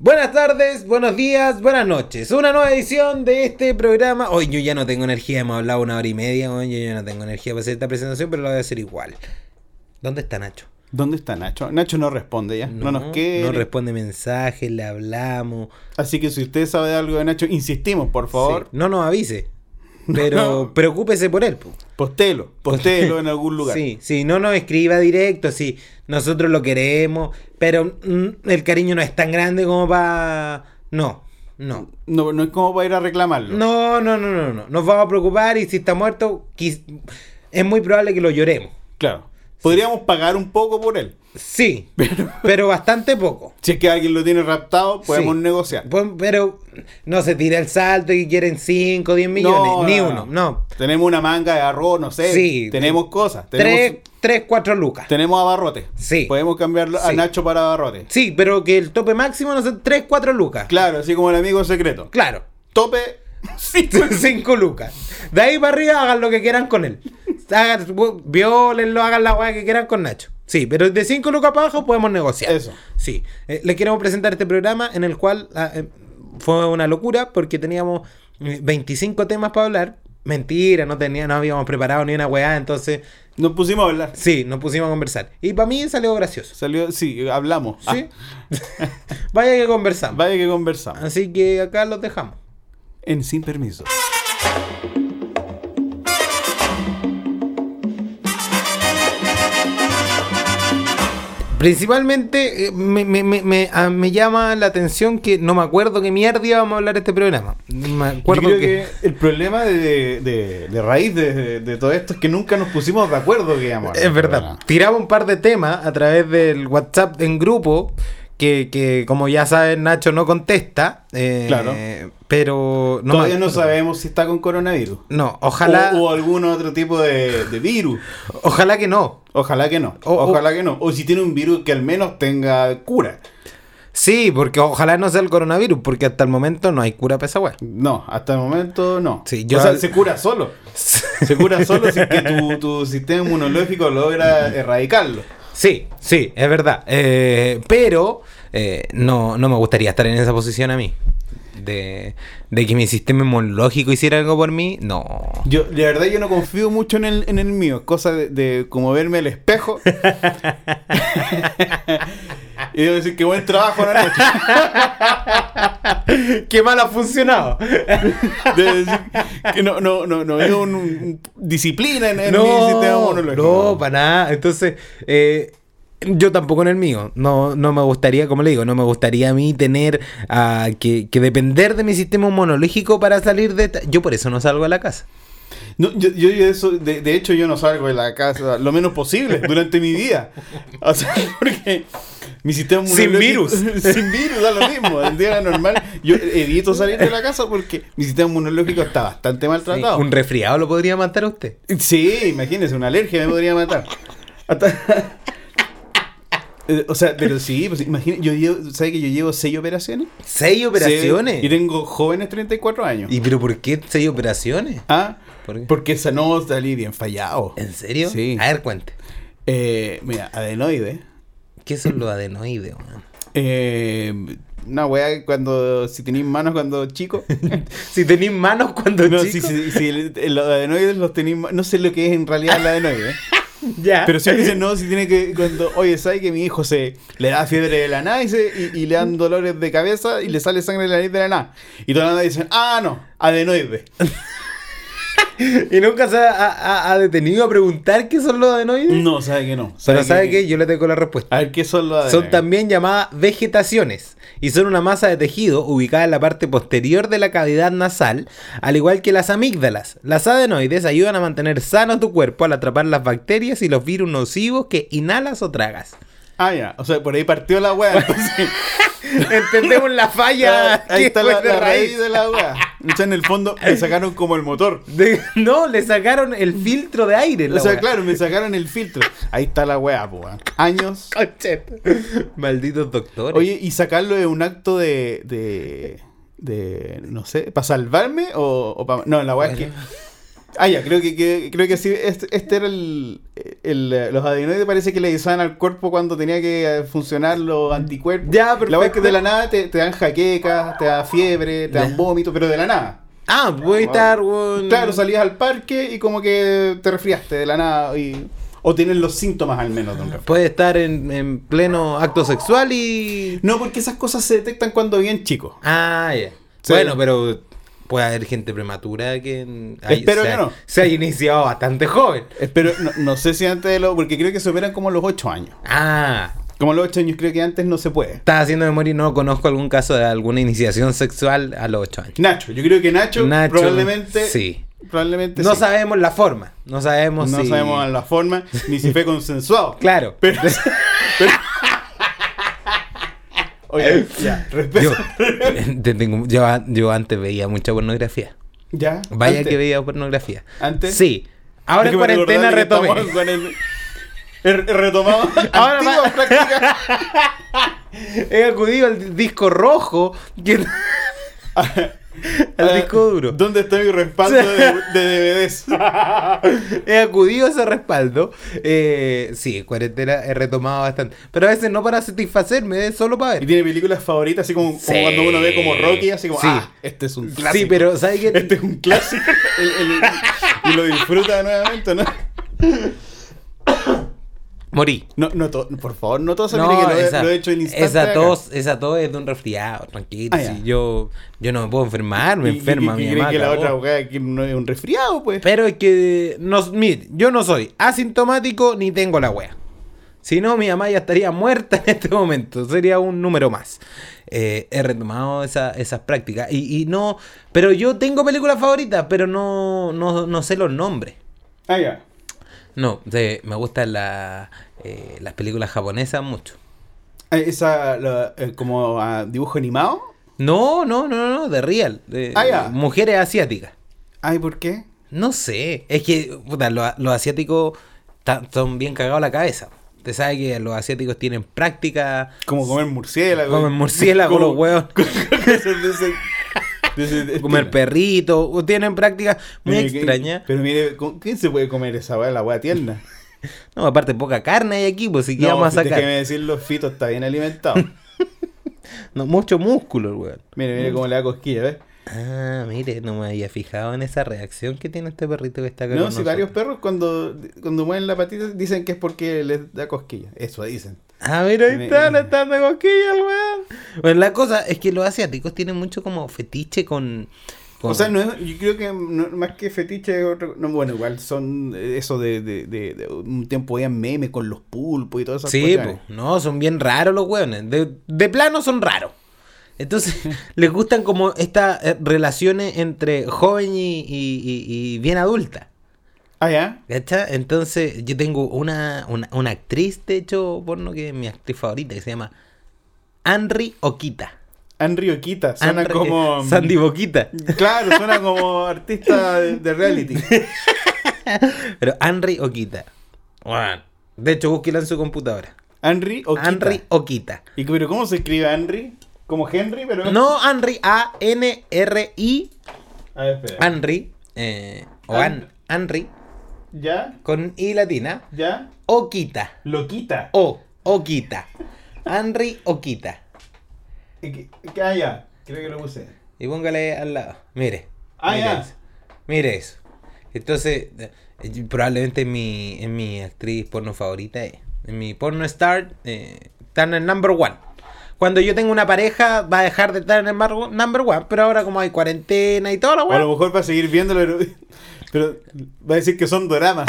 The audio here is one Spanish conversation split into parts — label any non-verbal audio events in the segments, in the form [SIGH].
Buenas tardes, buenos días, buenas noches. Una nueva edición de este programa. Hoy yo ya no tengo energía, hemos hablado una hora y media. Hoy yo ya no tengo energía para hacer esta presentación, pero lo voy a hacer igual. ¿Dónde está Nacho? ¿Dónde está Nacho? Nacho no responde ya. No, nos quiere. No responde mensajes, le hablamos. Así que si usted sabe algo de Nacho, insistimos, por favor. Sí, No nos [LAUGHS] avise. Pero preocúpese por él. po. Postelo. Postelo en algún lugar. Sí, sí, no nos escriba directo, sí, nosotros lo queremos, pero mm, el cariño no es tan grande como para... No, no. No, no es como para ir a reclamarlo. No, no, no, no, no. Nos vamos a preocupar y si está muerto, quiz- es muy probable que lo lloremos. Claro. Podríamos pagar un poco por él. Sí, pero, bastante poco. Si es que alguien lo tiene raptado, podemos Sí. negociar. Pon- Pero no se tira el salto y quieren 5, 10 millones, No, ni no, uno, no. Tenemos una manga de arroz, no sé. Sí. Tenemos cosas. Tres, Tenemos, tres, cuatro lucas. tenemos abarrotes. Sí. Podemos cambiarlo a Sí. Nacho para abarrotes. Sí, pero que el tope máximo no son 3, 4 lucas. Claro, así como el amigo secreto. Claro. Tope. [LAUGHS] Sí. [LAUGHS] 5 lucas. De ahí para arriba hagan lo que quieran con él. Hagan, violenlo, hagan la weá que quieran con Nacho. Sí, pero de 5 lucas para abajo podemos negociar. Eso. Sí. Eh, les queremos presentar este programa en el cual ah, eh, fue una locura porque teníamos eh, 25 temas para hablar. Mentira, no tenía, no habíamos preparado ni una weá, entonces Nos pusimos a hablar. sí, nos pusimos a conversar. Y para mí salió gracioso. Salió, sí, hablamos. Ah, Sí. [LAUGHS] Vaya que conversamos. Vaya que conversamos. Así que acá los dejamos. En Sin Permiso. Principalmente eh, me, me- me- me- ah, me llama la atención que no me acuerdo qué mierda íbamos a hablar este programa. Me Yo acuerdo creo que... que... el problema de, de- de raíz de, de- de todo esto es que nunca nos pusimos de acuerdo, que digamos. [LAUGHS] Es verdad. Tiraba un par de temas a través del WhatsApp en grupo, que, que como ya saben Nacho no contesta. eh, Claro. Pero... me Todavía no acuerdo. sabemos si está con coronavirus. No, ojalá, O, o algún otro tipo de, de virus. ojalá que no. Ojalá que no. O- o- ojalá que no. O si tiene un virus que al menos tenga cura. Sí, porque ojalá no sea el coronavirus, porque hasta el momento no hay cura para esa weá. No, hasta el momento no. Sí, yo- O sea, se cura solo. Se cura solo si es que tu, tu sistema inmunológico logra erradicarlo. Sí, sí, es verdad. Eh, pero eh, no, no me gustaría estar en esa posición a mí. De, de que mi sistema inmunológico hiciera algo por mí, no. Yo, de verdad, yo no confío mucho en el, en el mío. Cosa de, de como verme [LAUGHS] al espejo. y debo decir que buen trabajo, Nacho. [LAUGHS] Qué mal ha funcionado. Debo decir que no, no, no, no veo un, un- disciplina en, en mi sistema No, monológico. no, para nada. Entonces, eh, yo tampoco en el mío. No, no me gustaría, como le digo, no me gustaría a mí tener ah, que, que depender de mi sistema inmunológico para salir de... esta- Yo por eso no salgo a la casa. No, yo, yo- yo eso, de, de hecho, yo no salgo de la casa lo menos posible durante mi vida. O sea, [LAUGHS] porque mi sistema Sin inmunológico- [LAUGHS] sin virus, da lo mismo. El día normal, yo evito salir de la casa porque mi sistema inmunológico está bastante maltratado. Un resfriado lo podría matar a usted. Sí, imagínese, una alergia me podría matar. Hasta- Eh, [LAUGHS] o sea, pero sí, pues imagínese, yo llevo, ¿sabe que yo llevo seis operaciones? ¿Seis operaciones? Sí, y tengo jóvenes 34 años. ¿Y pero por qué seis operaciones? ¿Ah? ¿Por qué? Porque esa no salí bien fallado. ¿En serio? Sí. A ver, cuente. Eh, mira, adenoide. ¿Qué son los adenoides, weón? Eh, una weá cuando, si tenéis manos [LAUGHS] cuando chico. [LAUGHS] Si tenéis manos cuando No, si, chico. si, si el- el- los adenoides los tenéis, ma- no sé lo que es en realidad el adenoide. Ya. Pero [LAUGHS] siempre dicen, no, si tiene que. Cuando, oye, ¿sabes que mi hijo se le da fiebre de la nada y, se- y- y le dan dolores de cabeza y le sale sangre de la nariz de la nada? Y todos los demás dicen, ah, no, adenoide. ¿Y nunca se ha, ha- ha detenido a preguntar qué son los adenoides? No, sabe Ah, que no. Pero ¿sabe qué? Yo le tengo la respuesta. A ver, ¿qué son los adenoides? Son también llamadas vegetaciones y son una masa de tejido ubicada en la parte posterior de la cavidad nasal, al igual que las amígdalas. Las adenoides ayudan a mantener sano tu cuerpo al atrapar las bacterias y los virus nocivos que inhalas o tragas. Ah, ya. O sea, por ahí partió la weá. [LAUGHS] entonces. Entendemos la falla. [LAUGHS] ahí que está fue la, de la raíz de la weá. O sea, en el fondo me sacaron como el motor. De- no, le sacaron el filtro de aire. [LAUGHS] O la sea, wea. claro, me sacaron el filtro. Ahí está la weá, po, weón. Años. Concheta. Malditos doctores. Oye, ¿y sacarlo es un acto de. de. de. no sé, ¿para salvarme? O, o pa- No, la weá es que. Ah, ya, creo que, que- creo que sí. Este, este era el, el, eh, Los adenoides parece que le guisaban al cuerpo cuando tenía que eh, funcionar los anticuerpos. Ya, La verdad es perfecto. que de la nada te, te dan jaquecas, te da fiebre, te Ya. dan vómito, pero de la nada. Ah, voy a estar, weón. Claro, salías al parque y como que te resfriaste de la nada. Y, o tienes los síntomas al menos de un resfriado. Puede estar en, en pleno acto sexual y. No, porque esas cosas se detectan cuando bien chicos. Ah, ya. Sí. Bueno, pero puede haber gente prematura que. Espero se que ha- no. Se haya iniciado bastante joven. Pero no, no sé si antes de lo. Porque creo que superan como los 8 años. Ah, Como los 8 años, creo que antes no se puede. estás haciendo memoria y no conozco algún caso de alguna iniciación sexual a los 8 años. Nacho, yo creo que Nacho, Nacho, probablemente. sí. Probablemente No Este sí. sabemos la forma. No sabemos No si. sabemos la forma, ni si [LAUGHS] fue consensuado. Claro. [LAUGHS] Pero. pero- Oye, ya, respeto. Yo, [LAUGHS] te tengo- yo, yo antes veía mucha pornografía. Ya. Vaya antes. que veía pornografía. ¿Antes? Sí. Ahora Es en que me cuarentena recordaste que retomé. estamos Er, en cuarentena. He he retomado [LAUGHS] Ahora antiguas va- prácticas. [LAUGHS] He acudido al disco rojo. que- Ah, [LAUGHS] al disco duro. ¿Dónde está mi respaldo [LAUGHS] de, de DVDs? He acudido a ese respaldo. Eh, sí, en cuarentena he retomado bastante. Pero a veces no para satisfacerme, es solo para ¿Y ver. tiene películas favoritas? Así como, como Sí. cuando uno ve como Rocky, así como, Sí. ah, este es un clásico. Sí, pero ¿sabes qué? [LAUGHS] Este es un clásico. [LAUGHS] El- el- y lo disfruta nuevamente, ¿no? Morí. No, no to- por favor, no todos No, que lo, he- esa, lo he hecho en instante. esa acá. tos, esa tos es de un resfriado, tranquilo. Ah, ya. si yo, yo no me puedo enfermar, me Y- y- enferma y mi creen mamá. que la cagó. otra abogada que no es un resfriado, pues. Pero es que, no, mire, yo no soy asintomático ni tengo la wea. Si no, mi mamá ya estaría muerta en este momento. Sería un número más. Eh, he retomado esa- esas prácticas. Y, y no. Pero yo tengo películas favoritas, pero no, no, no sé los nombres. Ah, ya. No, de- me gustan la- eh, las películas japonesas mucho. Eh, Esa, la- eh, como ah, dibujo animado. No, no, no, no, de real. de- Ah, ya. Mujeres asiáticas. Ay, ¿por qué? No sé, es que puta, lo- los, asiáticos ta- son bien cagados la cabeza. Te sabe que los asiáticos tienen práctica. Como comer murciélago. [LAUGHS] Comen murciélago, Como- los [LAUGHS] huevos. cosas de ese- de ese estilo. Comer perrito. o Tienen prácticas muy Mire, que- extrañas. Pero mire, ¿con- ¿quién se puede comer esa weá? La weá tierna. No, aparte, poca carne hay aquí, pues si que vamos a sacar. déjeme decirlo, Fito está bien alimentado. [LAUGHS] No, mucho músculo, el weón. mire, mire cómo le da cosquilla, ¿ves? Ah, mire, no me había fijado en esa reacción que tiene este perrito que está acá. No, con si varios nosotros. perros cuando, cuando mueven la patita dicen que es porque les da cosquilla. Eso dicen. Ah, mira, ahí Me- está, le está dando cosquillas, el weón. Bueno, la cosa es que los asiáticos tienen mucho como fetiche con. con- O sea, no es- yo creo que no- más que fetiche, es otra- no, bueno, igual son eh, eso de, de- de- de un tiempo había memes con los pulpos y todas esas Sí, cuestiones. po. no, son bien raros los hueones. De, de plano son raros. [LAUGHS] Entonces, [LAUGHS] les gustan como estas eh, relaciones entre joven y, y- y- y bien adulta. Ah, ya. ¿Cacha? Entonces, yo tengo una, una, una actriz, de hecho, porno, que es mi actriz favorita, que se llama Henry Oquita. Henry Oquita, suena Henry- como. [LAUGHS] Sandy Boquita. Claro, suena como artista de, de [LAUGHS] reality. Pero Henry Oquita. Bueno, de hecho, búsquela en su computadora. Henry Oquita. Henry Oquita. ¿Y pero cómo se escribe Henry? Como Henry, pero. No, Henry, A-N-R-I A ver, espera. Henry, eh, o An- Henry, Ya, con I latina, ya. Oquita, Loquita. o, Oquita, Henry Oquita, Eh, que- Ah, ya. Creo que lo puse. y póngale al lado, mire, Ah, mire ya. eso, mire eso, entonces, eh, probablemente mi, es mi actriz porno favorita, eh, en mi porno star, eh, está en el number one, cuando yo tengo una pareja, va a dejar de estar en el mar- number one, pero ahora como hay cuarentena y todo lo O a lo Oh, bueno, mejor va a seguir viéndolo, pero, pero va a decir que son [LAUGHS] doramas.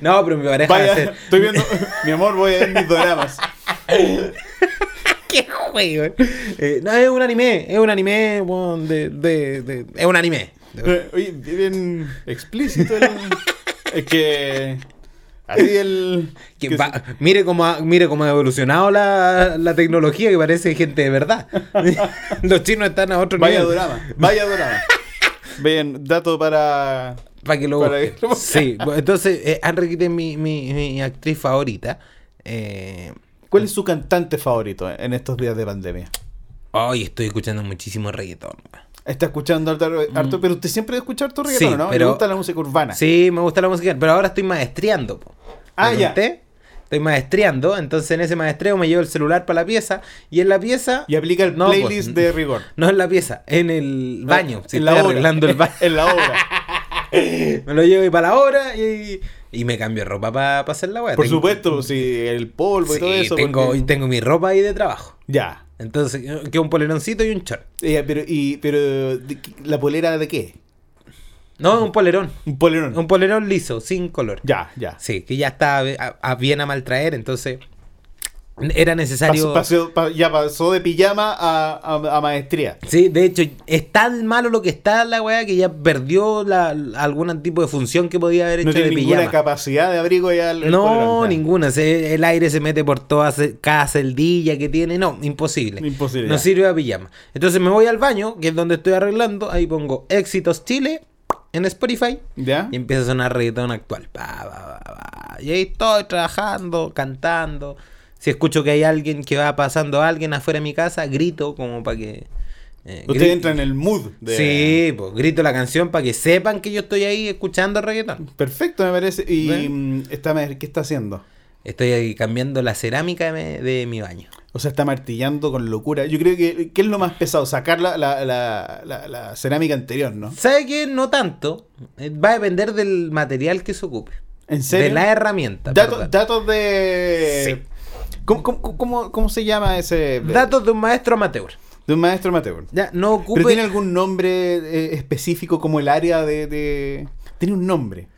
no, pero mi pareja va a Vaya, ser... [LAUGHS] estoy viendo. mi amor, voy a ver mis doramas. ¿Qué juego? Eh, no, es un anime, es un anime, weón, de, de, de- es un anime. Eh, Oye, bien explícito. el- Es que. Así el. Que que va- mire, cómo ha, mire cómo ha evolucionado la, la tecnología que parece gente de verdad. [LAUGHS] Los chinos están a otro Vaya nivel. dorama, vaya dorama. Bien, dato para. Para que lo Para busquen. que lo Sí, bueno, entonces, eh, Henry Quitt es mi, mi, mi actriz favorita. Eh, ¿Cuál es su cantante favorito en estos días de pandemia? Hoy estoy escuchando muchísimo reggaetón. weón. Está escuchando harto, harto- pero usted siempre escucha harto reggaetón, Mm. Sí, ¿no? pero- Le gusta la música urbana. Sí, me gusta la música, pero ahora estoy maestreando. po. Ah, ¿Me ya. conté? Estoy maestreando, entonces en ese maestreo me llevo el celular para la pieza y en la pieza... Y aplica el No, pues, playlist de rigor. No en la pieza, en el [LAUGHS] baño. Si estoy Ah, obra. arreglando el baño. en la [LAUGHS] obra. me lo llevo y para la obra y, y me cambio de ropa para hacer la weá. Por Tengo- supuesto, si el polvo y todo Sí, eso. Tengo, porque- y tengo mi ropa ahí de trabajo. Ya. Entonces, que un poleroncito y un short. Eh, pero, y, pero ¿de qué- ¿la polera de qué? No, un polerón. Un polerón. Un polerón liso, sin color. Ya, ya. Sí, que ya está eh, a- a- bien a maltraer, entonces era necesario. Pasó- pasó- pa- ya pasó de pijama a, a- a maestría. Sí, de hecho, es tan malo lo que está la weá que ya perdió la, algún tipo de función que podía haber hecho No tiene de ninguna pijama. capacidad de abrigo ya. el- el no, polerón, ya. ninguna. se- el aire se mete por toda ce- cada celdilla que tiene. No, imposible. Imposible. No ya. sirve a pijama. Entonces me voy al baño, que es donde estoy arreglando. Ahí pongo Éxitos Chile en Spotify. ¿Ya? Y empieza a sonar reggaetón actual. Pa, pa, pa, pa. Y ahí estoy trabajando, cantando. Si escucho que hay alguien que va pasando a alguien afuera de mi casa, grito como para que. eh, Usted gri- entra en el mood. De... Sí, pues grito la canción para que sepan que yo estoy ahí escuchando reggaetón. Perfecto, me parece. ¿Y ¿Ve? mm, esta ma- qué está haciendo? Estoy ahí cambiando la cerámica de, mi- de mi baño. O sea, está martillando con locura. Yo creo que, ¿qué es lo más pesado? Sacar la, la- la- la- la cerámica anterior, ¿no? ¿Sabe qué? No tanto. Eh, Va a depender del material que se ocupe. ¿En serio? De la herramienta. Dato- perdón. datos de... ¿Cómo, cómo, cómo- cómo se llama ese... Datos de un maestro amateur. De un maestro amateur. Ya, no ocupe. ¿Pero tiene algún nombre eh, específico como el área de... de- Tiene un nombre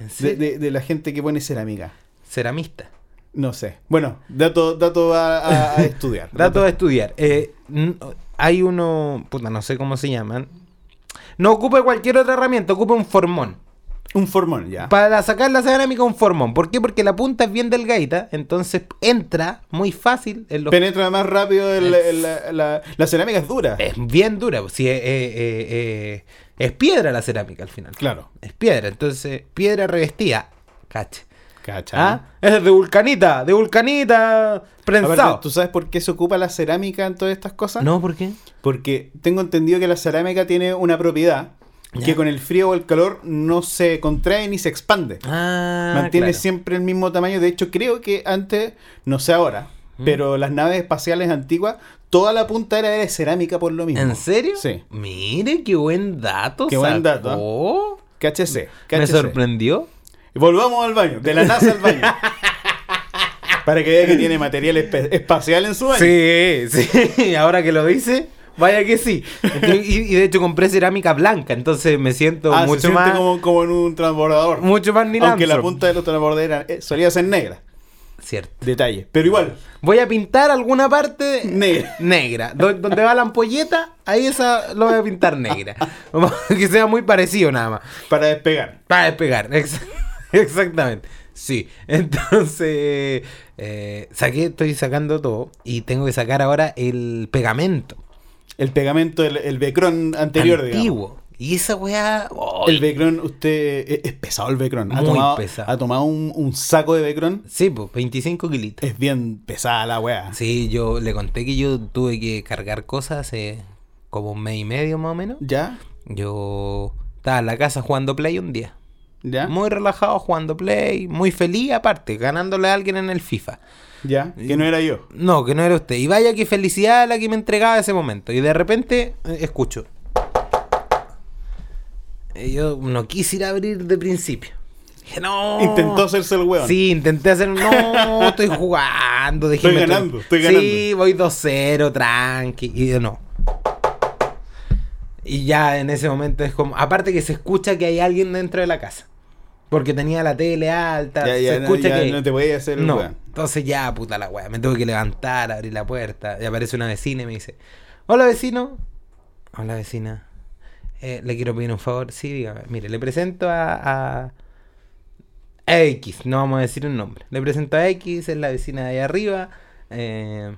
¿En de, serio? de- de la gente que pone cerámica. Ceramista. No sé. Bueno, dato, dato a, a- [LAUGHS] a estudiar. Datos a estudiar. Eh, n- hay uno. Puta, no sé cómo se llaman. No ocupe cualquier otra herramienta, ocupe un formón. Un formón, ya. Para sacar la cerámica, un formón. ¿Por qué? Porque la punta es bien delgadita, entonces entra muy fácil en los. Penetra más rápido el- el- la, la- la cerámica es dura. es bien dura, pues, si es, eh, eh, eh, es piedra la cerámica al final. Claro. Es piedra, entonces piedra revestida. Cacha. Cacha. ¿Ah? Es de vulcanita, de vulcanita Aparte, prensado. ¿Tú sabes por qué se ocupa la cerámica en todas estas cosas? No, ¿por qué? Porque tengo entendido que la cerámica tiene una propiedad que con el frío o el calor no se contrae ni se expande. Ah, Mantiene claro. siempre el mismo tamaño. De hecho, creo que antes, no sé ahora, Mm. pero las naves espaciales antiguas, toda la punta era de cerámica por lo mismo. ¿En serio? Sí. Mire, qué buen dato. Qué buen dato, sacó. KHC. Me KHC. sorprendió. Volvamos al [LAUGHS] baño, de la NASA al baño. Para que vea que tiene material espe- espacial en su baño. Sí, sí. [LAUGHS] Ahora que lo dice, vaya que sí. Entonces, y, y de hecho compré cerámica blanca, entonces me siento Ah, se mucho siente más. como, como en un transbordador. Mucho más ni Aunque la punta de los transbordadores era- eh, solía ser negra. Cierto. Detalle. Pero igual, Voy a pintar alguna parte Negra. negra. Do- donde va la ampolleta, ahí esa lo voy a pintar negra. [LAUGHS] que sea muy parecido nada más. para despegar. Para despegar, [LAUGHS] ex- exactamente. Sí, entonces eh, saqué, estoy sacando todo y tengo que sacar ahora el pegamento El pegamento, el, el becrón anterior, digamos. antiguo. Y esa weá, ¡ay! El becrón, usted. eh, Es, es pesado el becrón. Ha Muy tomado, pesado. Ha tomado un, un saco de becrón. sí, pues 25 kilitos. Es bien pesada la weá. Sí, yo le conté que yo tuve que cargar cosas hace como un mes y medio más o menos. ¿Ya? Yo estaba en la casa jugando play un día. ¿Ya? Muy relajado jugando play, muy feliz aparte, ganándole a alguien en el FIFA. ¿Ya? Que no era yo. No, que no era usted. Y vaya que felicidad la que me entregaba ese momento. Y de repente eh, escucho. Y yo no quise ir a abrir de principio. Dije, no. Intentó hacerse el weón. Sí, intenté hacer. [LAUGHS] No, estoy jugando. déjeme- Estoy ganando, estoy ganando. Sí, voy 2-0, tranqui. Y yo no. Y ya en ese momento es como. Aparte que se escucha que hay alguien dentro de la casa. Porque tenía la tele alta. Ya, ya, se no, escucha ya que. no te voy a hacer el No, weón. entonces ya, puta la weá, me tengo que levantar, abrir la puerta. Y aparece una vecina y me dice, hola vecino. Hola vecina. Eh, le quiero pedir un favor. Sí, dígame. Mire, le presento a, a- a X, no vamos a decir un nombre. Le presento a X, es la vecina de ahí arriba. eh,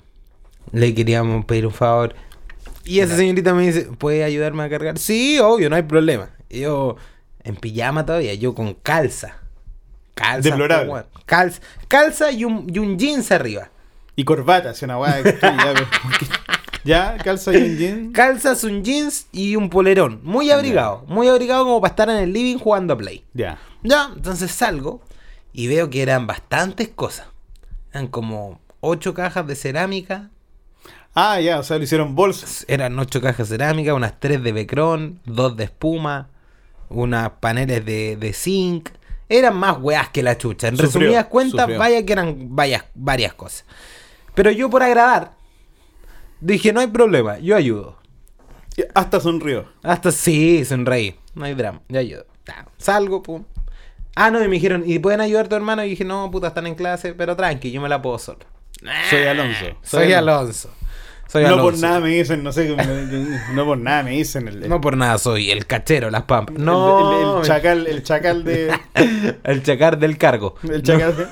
le queríamos pedir un favor. Y esa señorita me dice, ¿puede ayudarme a cargar? Sí, obvio, no hay problema. Y yo, en pijama todavía, yo con calza. Calza. Deplorable. weón. Calza, calza y, un, y un jeans arriba. Y corbata, si una weá. que- ya, pero- Ya, calza y un [LAUGHS] jean. Calzas, un jeans y un polerón. Muy abrigado. Muy abrigado como para estar en el living jugando a Play. Ya. Ya, entonces salgo y veo que eran bastantes cosas. Eran como ocho cajas de cerámica. Ah, ya, o sea, lo hicieron bolsas. Eran ocho cajas de cerámica, unas tres de becrón, dos de espuma, unas paneles de, de zinc. Eran más weas que la chucha. En Sufrió, resumidas cuentas, sufrió. vaya que eran varias, varias cosas. Pero yo por agradar, dije, no hay problema, yo ayudo. Y Hasta sonrió. Hasta sí, sonreí. No hay drama. Yo ayudo. Ta, Salgo, pum. Ah, no, y me dijeron, ¿y pueden ayudar a tu hermano? Y dije, no, puta, están en clase, pero tranqui, yo me la puedo solo. Soy Alonso. Ah, Soy Alonso. Soy no Alonso. por nada me dicen, no sé, me- no por nada me dicen el, No por nada soy el cachero, las pampas. el- No. el- el chacal, el chacal de, el chacar del cargo. el chacal de-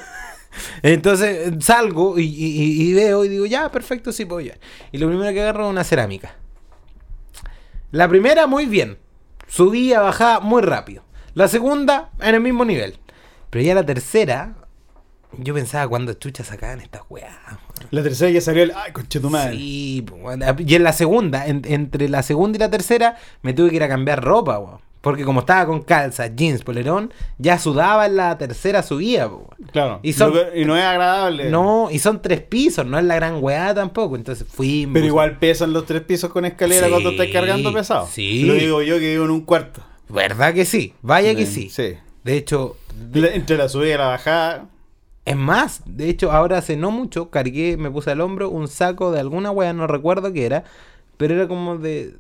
Entonces eh, salgo y, y- y- y veo y digo, ya, perfecto, sí puedo llevar. Y lo primero que agarro es una cerámica. La primera, muy bien. Subía, bajaba muy rápido. La segunda, en el mismo nivel. Pero ya la tercera, yo pensaba cuando chucha sacaban estas weas. La tercera ya salió el, ay, conche tu madre. Sí, po, weón. y en la segunda, en- entre la segunda y la tercera, me tuve que ir a cambiar ropa, weón. Porque como estaba con calza, jeans, polerón, ya sudaba en la tercera subida, po, weón. Claro. Y son- no, y no es agradable. No, y son tres pisos, no es la gran weá tampoco. Entonces fui. me Pero puse- igual pesan los tres pisos con escalera Sí, cuando estás cargando pesado. sí. Lo digo yo que vivo en un cuarto. ¿Verdad que sí? Vaya que Eh, sí. Sí. De hecho, La- entre la subida y la bajada. es más, de hecho, ahora hace no mucho cargué, me puse al hombro un saco de alguna weá, no recuerdo qué era, pero era como de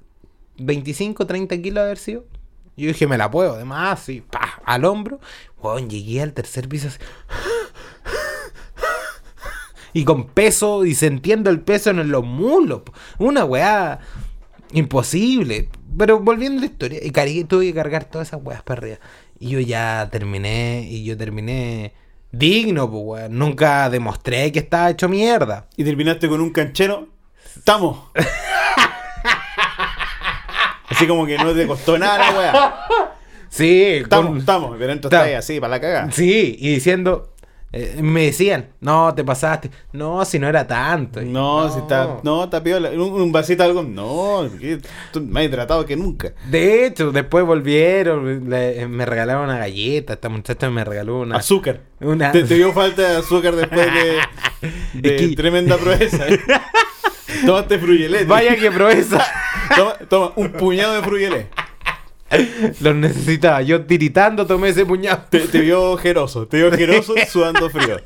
25, 30 kilos de haber sido. Yo dije, me la puedo, además, sí, pa, al hombro. Weón, llegué al tercer piso así. [LAUGHS] Y con peso, y sintiendo el peso en los mulos. po. Una weá imposible. Pero volviendo a la historia, y cargué- tuve que cargar todas esas weas para arriba. Y yo ya terminé, y yo terminé digno, pues weón. Nunca demostré que estaba hecho mierda. Y terminaste con un canchero. [LAUGHS] ¡Estamos! Así como que no te costó nada la weá. Sí, Estamos, con- estamos. Pero entonces Tam. estás ahí así, para la cagada. Sí, y diciendo, eh, me decían, no, te pasaste. No, si no era tanto. Y- No, si está. No, está piola. Un, un vasito de algo. No, que tú más hidratado que nunca. De hecho, después volvieron, le- me regalaron una galleta, esta muchacha me regaló una... Azúcar. una- Te, te dio falta de azúcar después [LAUGHS] de, de Es que- [LAUGHS] tremenda proeza. Tomaste frugelé. Vaya que proeza. [LAUGHS] Toma, toma, un puñado de frugelé. Los necesitaba. Yo tiritando tomé ese puñado. Te, te vio ojeroso. Te [LAUGHS] vio ojeroso sudando frío.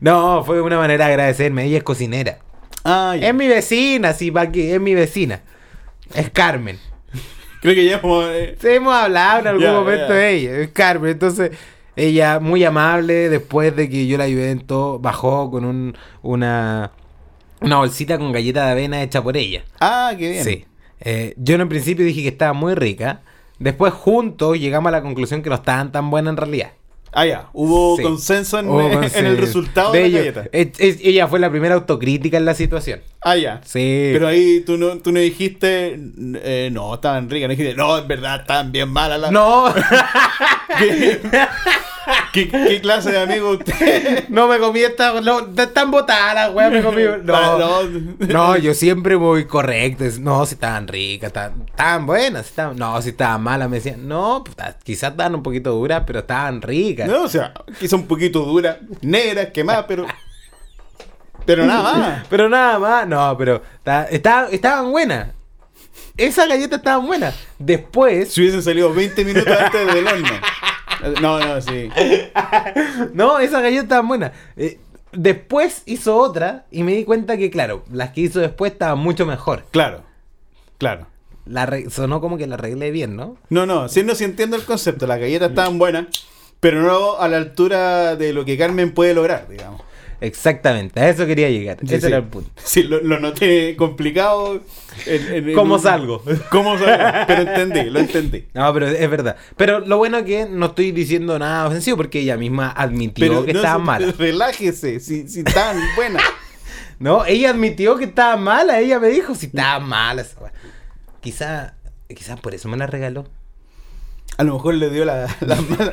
No, fue una manera de agradecerme. Ella es cocinera. Ah, ya. Es mi vecina, sí, pa' qué, es mi vecina. Es Carmen. Creo que ya es como, eh, Sí, hemos hablado en algún Ya, momento ya. de ella, es Carmen. Entonces, ella muy amable, después de que yo la ayudé en todo, bajó con un, una, una bolsita con galleta de avena hecha por ella. Ah, qué bien. Sí. Eh, yo en el principio dije que estaba muy rica. Después juntos llegamos a la conclusión que no estaban tan buenas en realidad. Oh, Ah, ya. Hubo Sí. consenso en, Hubo en el consenso. resultado de, la ello. galleta. Es- es- ella fue la primera autocrítica en la situación. Ah, ya. Sí. Pero ahí tú no, tú no dijiste, eh, no, estaban ricas. No dijiste, no, en verdad, estaban bien malas las. No, [LAUGHS] [LAUGHS] ¿Qué, qué, qué clase de [LAUGHS] amigo usted? no me comí esta. No, están botadas las weas, me [LAUGHS] comí. Ah, No. no. No, yo siempre voy correcto. es, No, si estaban ricas, estaban, estaban buenas. si estaban- no, si estaban malas, me decían. No, puta, quizás estaban un poquito duras, pero estaban ricas. No, o sea, quizá un poquito dura, negra, quemada, pero. Pero nada más. [LAUGHS] Pero nada más, no, pero ta- esta- estaban buenas. Esas galletas estaban buenas. Después, Si hubiesen salido 20 minutos antes del horno. No, no, sí. no, esas galletas estaban buenas. Eh, después hizo otra y me di cuenta que, claro, las que hizo después estaban mucho mejor. Claro, claro. La re- sonó como que la arreglé bien, ¿no? No, no, si no, si entiendo el concepto, las galletas Mm. estaban buenas, pero no a la altura de lo que Carmen puede lograr, digamos. Exactamente, a eso quería llegar. Sí, Ese sí. era el punto. [LAUGHS] Sí, lo, lo noté complicado. en- en- en ¿Cómo un- salgo? [LAUGHS] ¿Cómo salgo? Pero entendí, lo entendí. No, pero es verdad. Pero lo bueno es que no estoy diciendo nada ofensivo porque ella misma admitió Pero que no, estaba si- mala. [LAUGHS] Relájese, si, si estaban buenas. No, ella admitió que estaba mala. Ella me dijo si estaba mala. esa wea. Quizá, quizá por eso me la regaló. A lo mejor le dio la, la mala.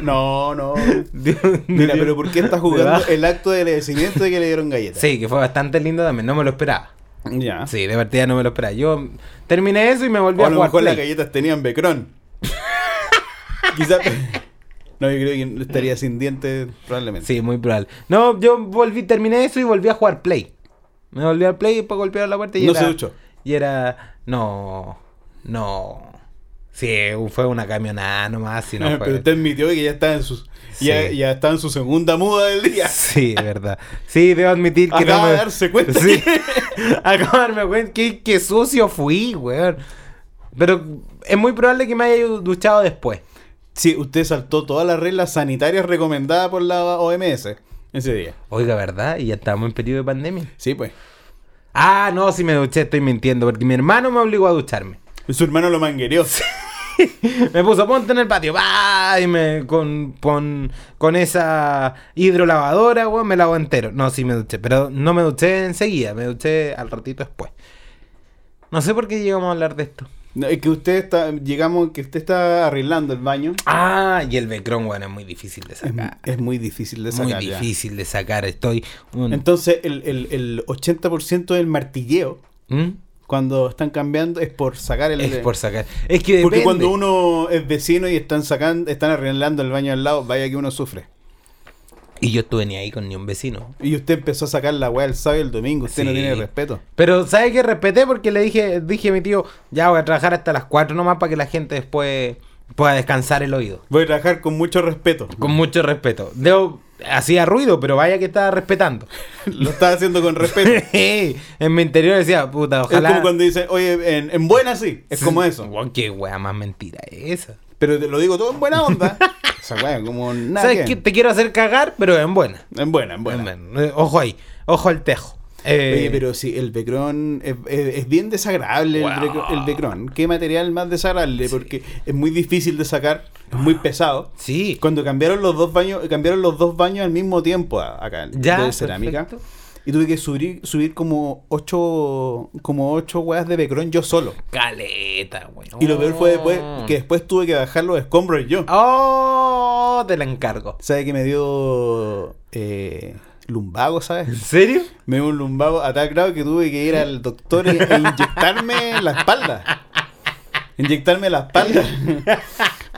[LAUGHS] No, no. [LAUGHS] Mira, Mira, [LAUGHS] pero ¿por qué está jugando el acto de agradecimiento de que le dieron galletas? Sí, que fue bastante lindo también. No me lo esperaba. Ya. Sí, de partida no me lo esperaba. Yo terminé eso y me volví Ah. O a a lo jugar mejor las Play. galletas tenían [LAUGHS] becrón. Quizás. No, yo creo que estaría sin dientes, probablemente. Sí, muy probable. No, yo volví, terminé eso y volví a jugar Play. Me volví al Play para golpear la puerta y No era... se duchó. Y era... No, no. Sí, fue una camionada nomás. Si no Ah, fue- pero usted admitió que ya está en su. Ya, Sí. ya está en su segunda muda del día. Sí, es verdad. Sí, debo admitir que Acaba no me... de darse [LAUGHS] cuenta Sí. Acabo de darme cuenta que, que sucio fui, weón. Pero es muy probable que me haya duchado después. Sí, usted saltó todas las reglas sanitarias recomendadas por la OMS ese día. Oiga, ¿verdad? Y ya estábamos en periodo de pandemia. Sí, pues. Ah, no, si me duché estoy mintiendo, porque mi hermano me obligó a ducharme. Su hermano lo manguereó. me puso ponte en el patio, ¡bah! y me con, con, con esa hidrolavadora, weón, me lavo entero. No, sí me duché, pero no me duché enseguida, me duché al ratito después. No sé por qué llegamos a hablar de esto. No, es que usted está. Llegamos, que usted está arreglando el baño. Ah, y el becrón, weón, es muy difícil de Es, sacar. es muy difícil de Es sacar. muy ya. difícil de sacar, estoy... un- Entonces, el, el, el 80% del martilleo ¿Mm? cuando están cambiando es por sacar el. Es por sacar. Es que Porque depende. cuando uno es vecino y están sacando, están arreglando el baño al lado, vaya que uno sufre. Y yo estuve ni ahí con ni un vecino. Y usted empezó a sacar la weá el sábado y el domingo, usted no Sí. tiene respeto. Pero, ¿sabes qué? Respeté porque le dije, dije a mi tío, ya voy a trabajar hasta las 4 nomás para que la gente después pueda descansar el oído. Voy a trabajar con mucho respeto. Con mucho respeto. Debo, hacía ruido, pero vaya que estaba [LAUGHS] respetando. Lo está haciendo con respeto. en mi interior decía, puta, [LAUGHS] ojalá. Es como cuando dicen, oye, en, en buena sí, es como eso. Guau, qué wea más mentira es esa. Pero te lo digo todo en buena [LAUGHS] onda. O sea, weá, como nada. ¿Sabes qué? que- Te quiero hacer cagar, pero en buena. En buena, en buena. En buena. Eh, Ojo ahí, ojo al tejo. Eh, Oye, pero sí, el Becron es, es- es bien desagradable el, Wow. Becron, el Becron. Qué material más desagradable, porque es muy difícil de sacar, es muy pesado. Ah. Sí. Cuando cambiaron los dos baños, cambiaron los dos baños al mismo tiempo a- acá Ya, de cerámica. perfecto. Y tuve que subir, subir como ocho, como ocho weas de Becron yo solo. Caleta, weón. Y lo peor fue después, que después tuve que bajar los escombros yo. Ah. Oh, te la encargo. ¿Sabes que me dio eh, lumbago, ¿En sabes? serio? Me dio un lumbago a tal grado que tuve que ir al doctor [LAUGHS] e, e inyectarme la espalda. Inyectarme la espalda.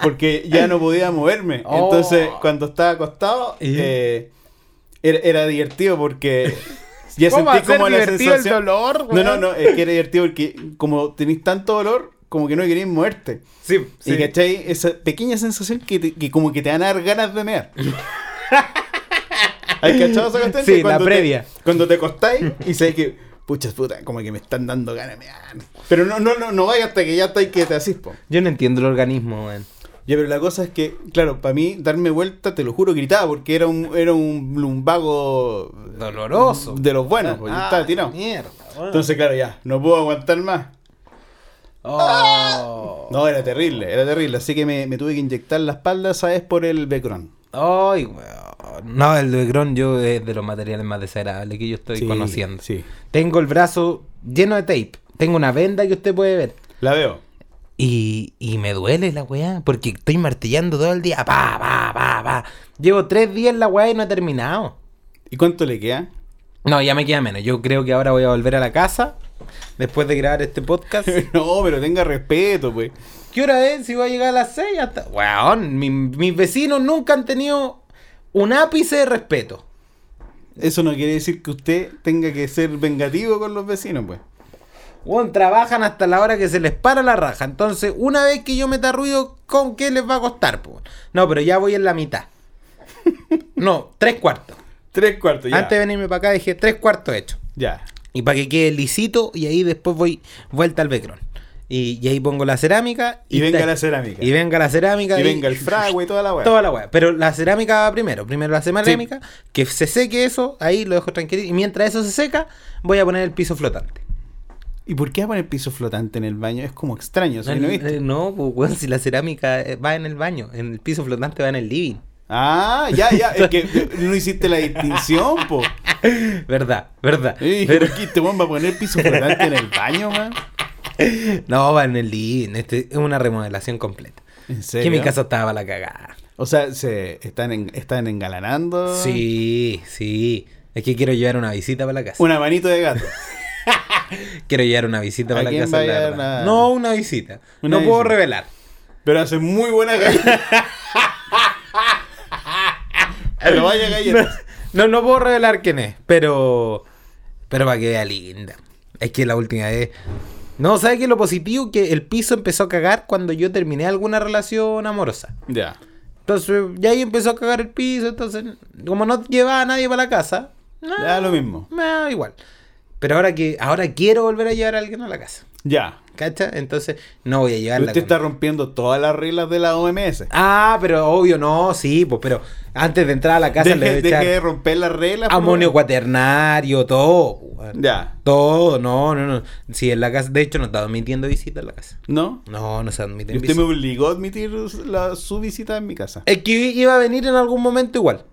Porque ya no podía moverme. Oh. Entonces, cuando estaba acostado, ¿Y? eh, era, era divertido porque ya ¿Cómo va a sentí ser como la divertido el sensación. dolor, no, no, weón? no, es que era divertido porque como tenés tanto dolor, como que no querías moverte. Sí, Y cachai, esa pequeña sensación que, te- que como que te van a dar ganas [LAUGHS] de mear. ¿Has cachado esa cuestión? Sí, Que la cuando te- previa. cuando te acostáis y sabes que, puchas puta, como que me están dando ganas de mear. Pero no, no, no, no vaya hasta que ya estáis que te asís, po. Yo no entiendo el organismo, weón. Ya, pero la cosa es que, claro, para mí darme vuelta, te lo juro, gritaba porque era un, era un lumbago Doloroso. de los buenos, po, y estaba pues, tirado. Ah, Mierda, weón. Entonces, claro, ya, no puedo aguantar más. Oh. No, era terrible, era terrible. Así que me, me tuve que inyectar la espalda, ¿sabes? Por el Becron. Ay, weón. No, el Duecron yo es de los materiales más desagradables que yo estoy Sí, conociendo. sí. Tengo el brazo lleno de tape. Tengo una venda que usted puede ver. La veo. Y, y me duele la weá, porque estoy martillando todo el día. Pa, pa, pa, pa. Llevo tres días en la weá y no he terminado. ¿Y cuánto le queda? No, ya me queda menos. Yo creo que ahora voy a volver a la casa después de grabar este podcast. [LAUGHS] no, pero tenga respeto, pues. ¿Qué hora es? Si voy a llegar a las 6 hasta... Weón, mi- mis vecinos nunca han tenido un ápice de respeto. Eso no quiere decir que usted tenga que ser vengativo con los vecinos, pues. Weón, trabajan hasta la hora que se les para la raja. Entonces, una vez que yo meta ruido, ¿con qué les va a costar? po? No, pero ya voy en la [LAUGHS] mitad. No, tres cuartos. Tres cuartos, ya. Antes de venirme para acá dije tres cuartos hecho. Ya. Y para que quede lisito y ahí después voy vuelta al becrón. Y, y ahí pongo la cerámica. Y venga ta- la cerámica. Y venga la cerámica. Y venga el frago y toda la weá. Toda la weá. Pero la cerámica va primero. Primero la cerámica. Que se seque eso. Ahí lo dejo tranquilo. Y mientras eso se seca, voy a poner el piso flotante. ¿Y por qué va a poner piso flotante en el baño? Es como extraño, eso que no he visto. eh, no, pues, weón, si la cerámica eh, va en el baño. En el piso flotante va en el living. Ah, ya, ya. Es que [LAUGHS] no hiciste la distinción, po. Verdad, verdad. Y dije, Pero- ¿por qué este weón va a poner piso flotante en el baño, man? no, va en el living. Este es una remodelación completa. En serio. Que mi casa estaba la cagada. O sea, se están, en- están engalanando. Sí, sí. Es que quiero llevar una visita para la casa. Una manito de gato. Quiero llevar una visita ¿A para la quién casa. va a de la llevar verdad. la- No, una visita. Una no puedo visita. revelar. Pero hace muy buena galleta. Pero [LAUGHS] vaya galletas. No, no puedo revelar quién es, pero. Pero para que vea linda. Es que la última vez. No, ¿sabes qué? Lo positivo que el piso empezó a cagar cuando yo terminé alguna relación amorosa. Ya. Entonces, ya ahí empezó a cagar el piso. Entonces, como no llevaba a nadie para la casa, Ya no, lo mismo. me da igual. Pero ahora que ahora quiero volver a llevar a alguien a la casa. Ya. ¿Cacha? Entonces, no voy a llevarla. Usted con- está rompiendo todas las reglas de la OMS. Ah, pero obvio, no, sí, pues, pero antes de entrar a la casa Deje, le voy a deje echar de romper las reglas. por amonio favor. cuaternario, todo. weón. Ya. Todo, no, no, no. Sí, en la casa, de hecho, no está admitiendo visita en la casa. ¿No? No, no se Y admiten usted me visitas. obligó a admitir la- su visita en mi casa. Es que iba a venir en algún momento igual.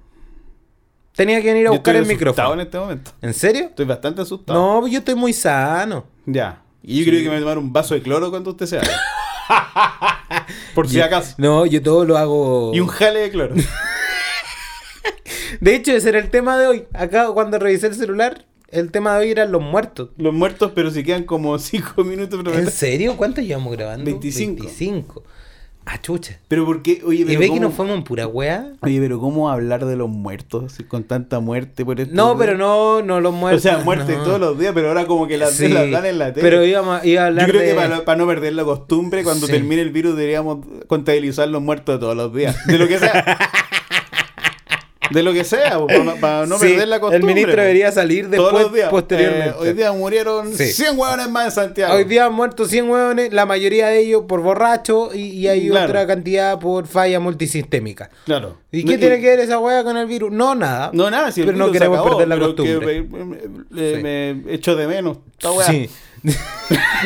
Tenía que venir a Yo buscar estoy el asustado micrófono. en este momento. ¿En serio? Estoy bastante asustado. No, yo estoy muy sano. Ya. Y yo creo que me voy a tomar un vaso de cloro cuando usted [LAUGHS] se vaya. Por si Yo- acaso. No, yo todo lo hago. Y un jale de cloro. [LAUGHS] De hecho, ese era el tema de hoy. Acá, cuando revisé el celular, el tema de hoy eran los muertos. Los muertos, pero si quedan como 5 minutos. para ¿En meter- serio? ¿Cuántos llevamos grabando? 25. 25. Ah, chucha. Pero porque, oye, ¿Y pero ve que cómo- nos fuimos en pura weá? Oye, pero ¿cómo hablar de los muertos si con tanta muerte por esto? No, pero no, no los muertos. O sea, muerte no. todos los días, pero ahora como que las, Sí, las dan en la tele. Pero íbamos, iba a Yo hablar creo de... que para, para no perder la costumbre, cuando Sí. termine el virus deberíamos contabilizar los muertos de todos los días. De lo [LAUGHS] que sea. de lo que sea, po, para no, para no Sí, perder la costumbre. El ministro po. debería salir después, Todos los días. posteriormente. Eh, hoy día murieron Sí. 100 hueones más en Santiago. Hoy día han muerto 100 hueones, la mayoría de ellos por borracho y, y hay Claro. otra cantidad por falla multisistémica. Claro. ¿Y qué No, tiene que ver esa hueá con el virus? No, nada. No, nada, si el Pero no virus se queremos acabó, perder la pero que costumbre. me, me- Sí. me echo de menos. esta weá. Sí. [LAUGHS]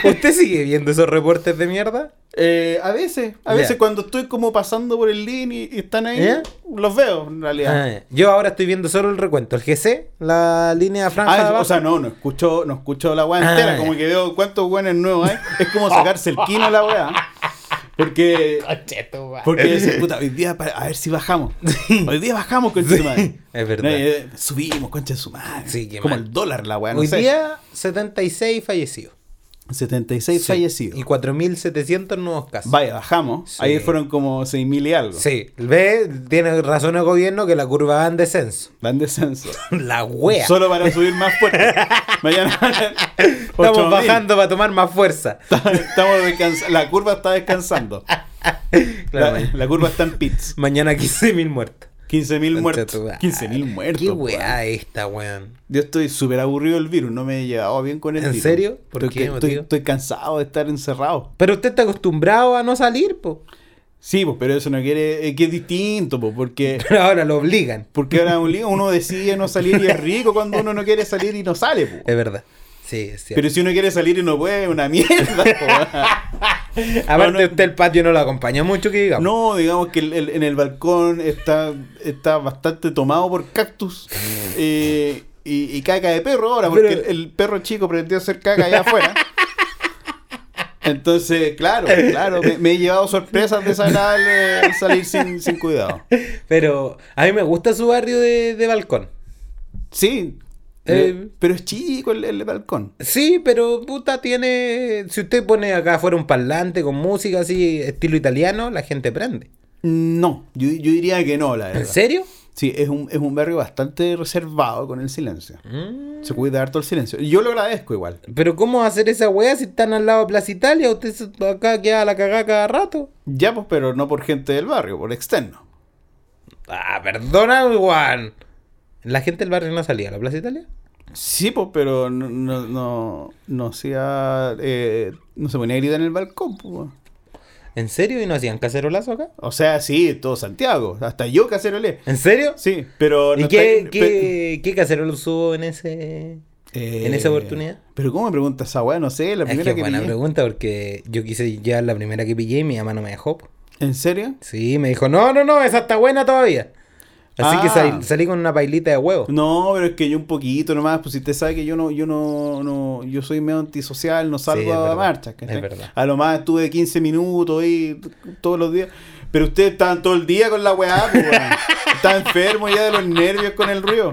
¿Usted sigue viendo esos reportes de mierda? Eh, a veces, a Ya. veces cuando estoy como pasando por el link y, y están ahí, ¿Ya? los veo en realidad. Ah, yo ahora estoy viendo solo el recuento, el GC, la línea Ah, franja de abajo. o sea, no, no escucho, no escucho la weá Ah, entera, ya. como que veo cuántos weones nuevos hay. Es como sacarse el kino a la weá. Porque, porque decís, puta, hoy día para- a ver [LAUGHS] si bajamos. Hoy día bajamos, concha de su madre. es verdad. No, y, eh, subimos, concha de su madre. Sí, qué como mal. el dólar la weá, no Hoy sé. día 76 fallecidos. 76 fallecidos. Y 4.700 nuevos casos. Vaya, bajamos. Sí. Ayer fueron como 6.000 y algo. Sí, ve, tiene razón el gobierno que la curva va en descenso. [LAUGHS] Van descenso. La wea. Solo para subir [LAUGHS] más fuerte. Mañana. Estamos 8000. bajando para tomar más fuerza. Estamos descans- La curva [LAUGHS] está descansando. La, Claramente. la curva está en pits. Mañana 15.000 muertos. 15.000 muertos. Concha tu- 15.000 muertos. Qué po. weá esta, weón. Yo estoy súper aburrido del virus. No me he llevado bien con el ¿En virus. serio? ¿Por estoy, qué estoy- motivo? estoy cansado de estar encerrado. Pero usted está acostumbrado a no salir, po. [LAUGHS] Sí, pues, pero eso no quiere. Es que es distinto, pues, porque. Pero ahora lo obligan. Porque ahora un lío, uno decide no salir y es rico cuando uno no quiere salir y no sale. pues. po. Es verdad. Sí, es cierto. Pero si uno quiere salir y no puede, es una [LAUGHS] mierda. po. Aparte, no, no. usted el patio no lo acompaña mucho, que digamos. No, digamos que el- el- en el balcón está, está bastante tomado por cactus eh, y, y caca de perro ahora, porque Mm. Pero- el, el perro chico aprendió a hacer caca allá afuera. Entonces, claro, claro, me, me he llevado sorpresas desagradables al salir sin, sin cuidado. Pero a mí me gusta su barrio de, de balcón. Sí, Eh. pero es chico el, el balcón. Sí, pero puta tiene. Si usted pone acá afuera un parlante con música así, estilo italiano, la gente prende. No, yo, yo diría que no, la ¿En verdad. serio? Sí, es un, es un barrio bastante reservado con el silencio. Mm. Se cuida harto el silencio. Yo lo agradezco igual. Pero ¿cómo hacer esa weá si están al lado de Plaza Italia? Usted se- acá queda a la cagada cada rato. Ya, pues, pero no por gente del barrio, por externo. Ah, perdona, Juan. ¿La gente del barrio no salía a la Plaza Italia? Sí, pues, pero no, no, no, no hacía, eh, no se ponía a gritar en el balcón, pues. weón. ¿En serio? ¿Y no hacían cacerolazo acá? O sea, sí, todo Santiago, hasta yo cacerolé. ¿En serio? Sí, pero... ¿Y no qué, está- qué, qué cacerol usó en ese.? pe- en esa eh, oportunidad? Pero ¿cómo me preguntas esa weá? No sé, la Es que primera que, buena pillé. pregunta porque yo quise llevar la primera que pillé y mi mamá no me dejó. po. ¿En serio? Sí, me dijo, no, no, no, esa está buena todavía. Así que Ah. Mm. sal- salí con una pailita de huevo. [LAUGHS] No, pero es que yo un poquito nomás, pues si usted sabe que yo no, yo no, no yo soy medio antisocial, no salgo Sí, es a verdad. marchas, ¿cachai? Es verdad. A lo más estuve 15 minutos ahí t- todos los días. Pero ustedes estaban todo el día con la weá, pues, weón. Está enfermo ya de los nervios con el ruido.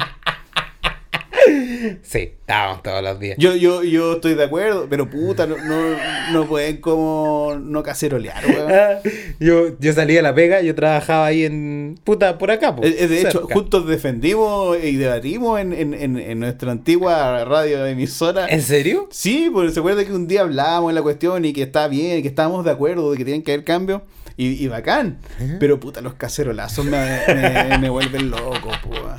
Sí, estábamos todos los días. Yo, yo, yo estoy de acuerdo, pero puta, no, no, no pueden como no cacerolear, weón. Ah, [LAUGHS] yo, yo salí a la pega, yo trabajaba ahí en. Puta, por acá, po, Eh, eh, De hecho, cerca. juntos defendimos y debatimos en, en, en, en nuestra antigua radio emisora. ¿En serio? Sí, porque se acuerda que un día hablábamos de la cuestión y que está bien, que estábamos de acuerdo de que tienen que haber cambios y, y bacán. Pero puta, los cacerolazos me, [LAUGHS] me- me vuelven loco, púa.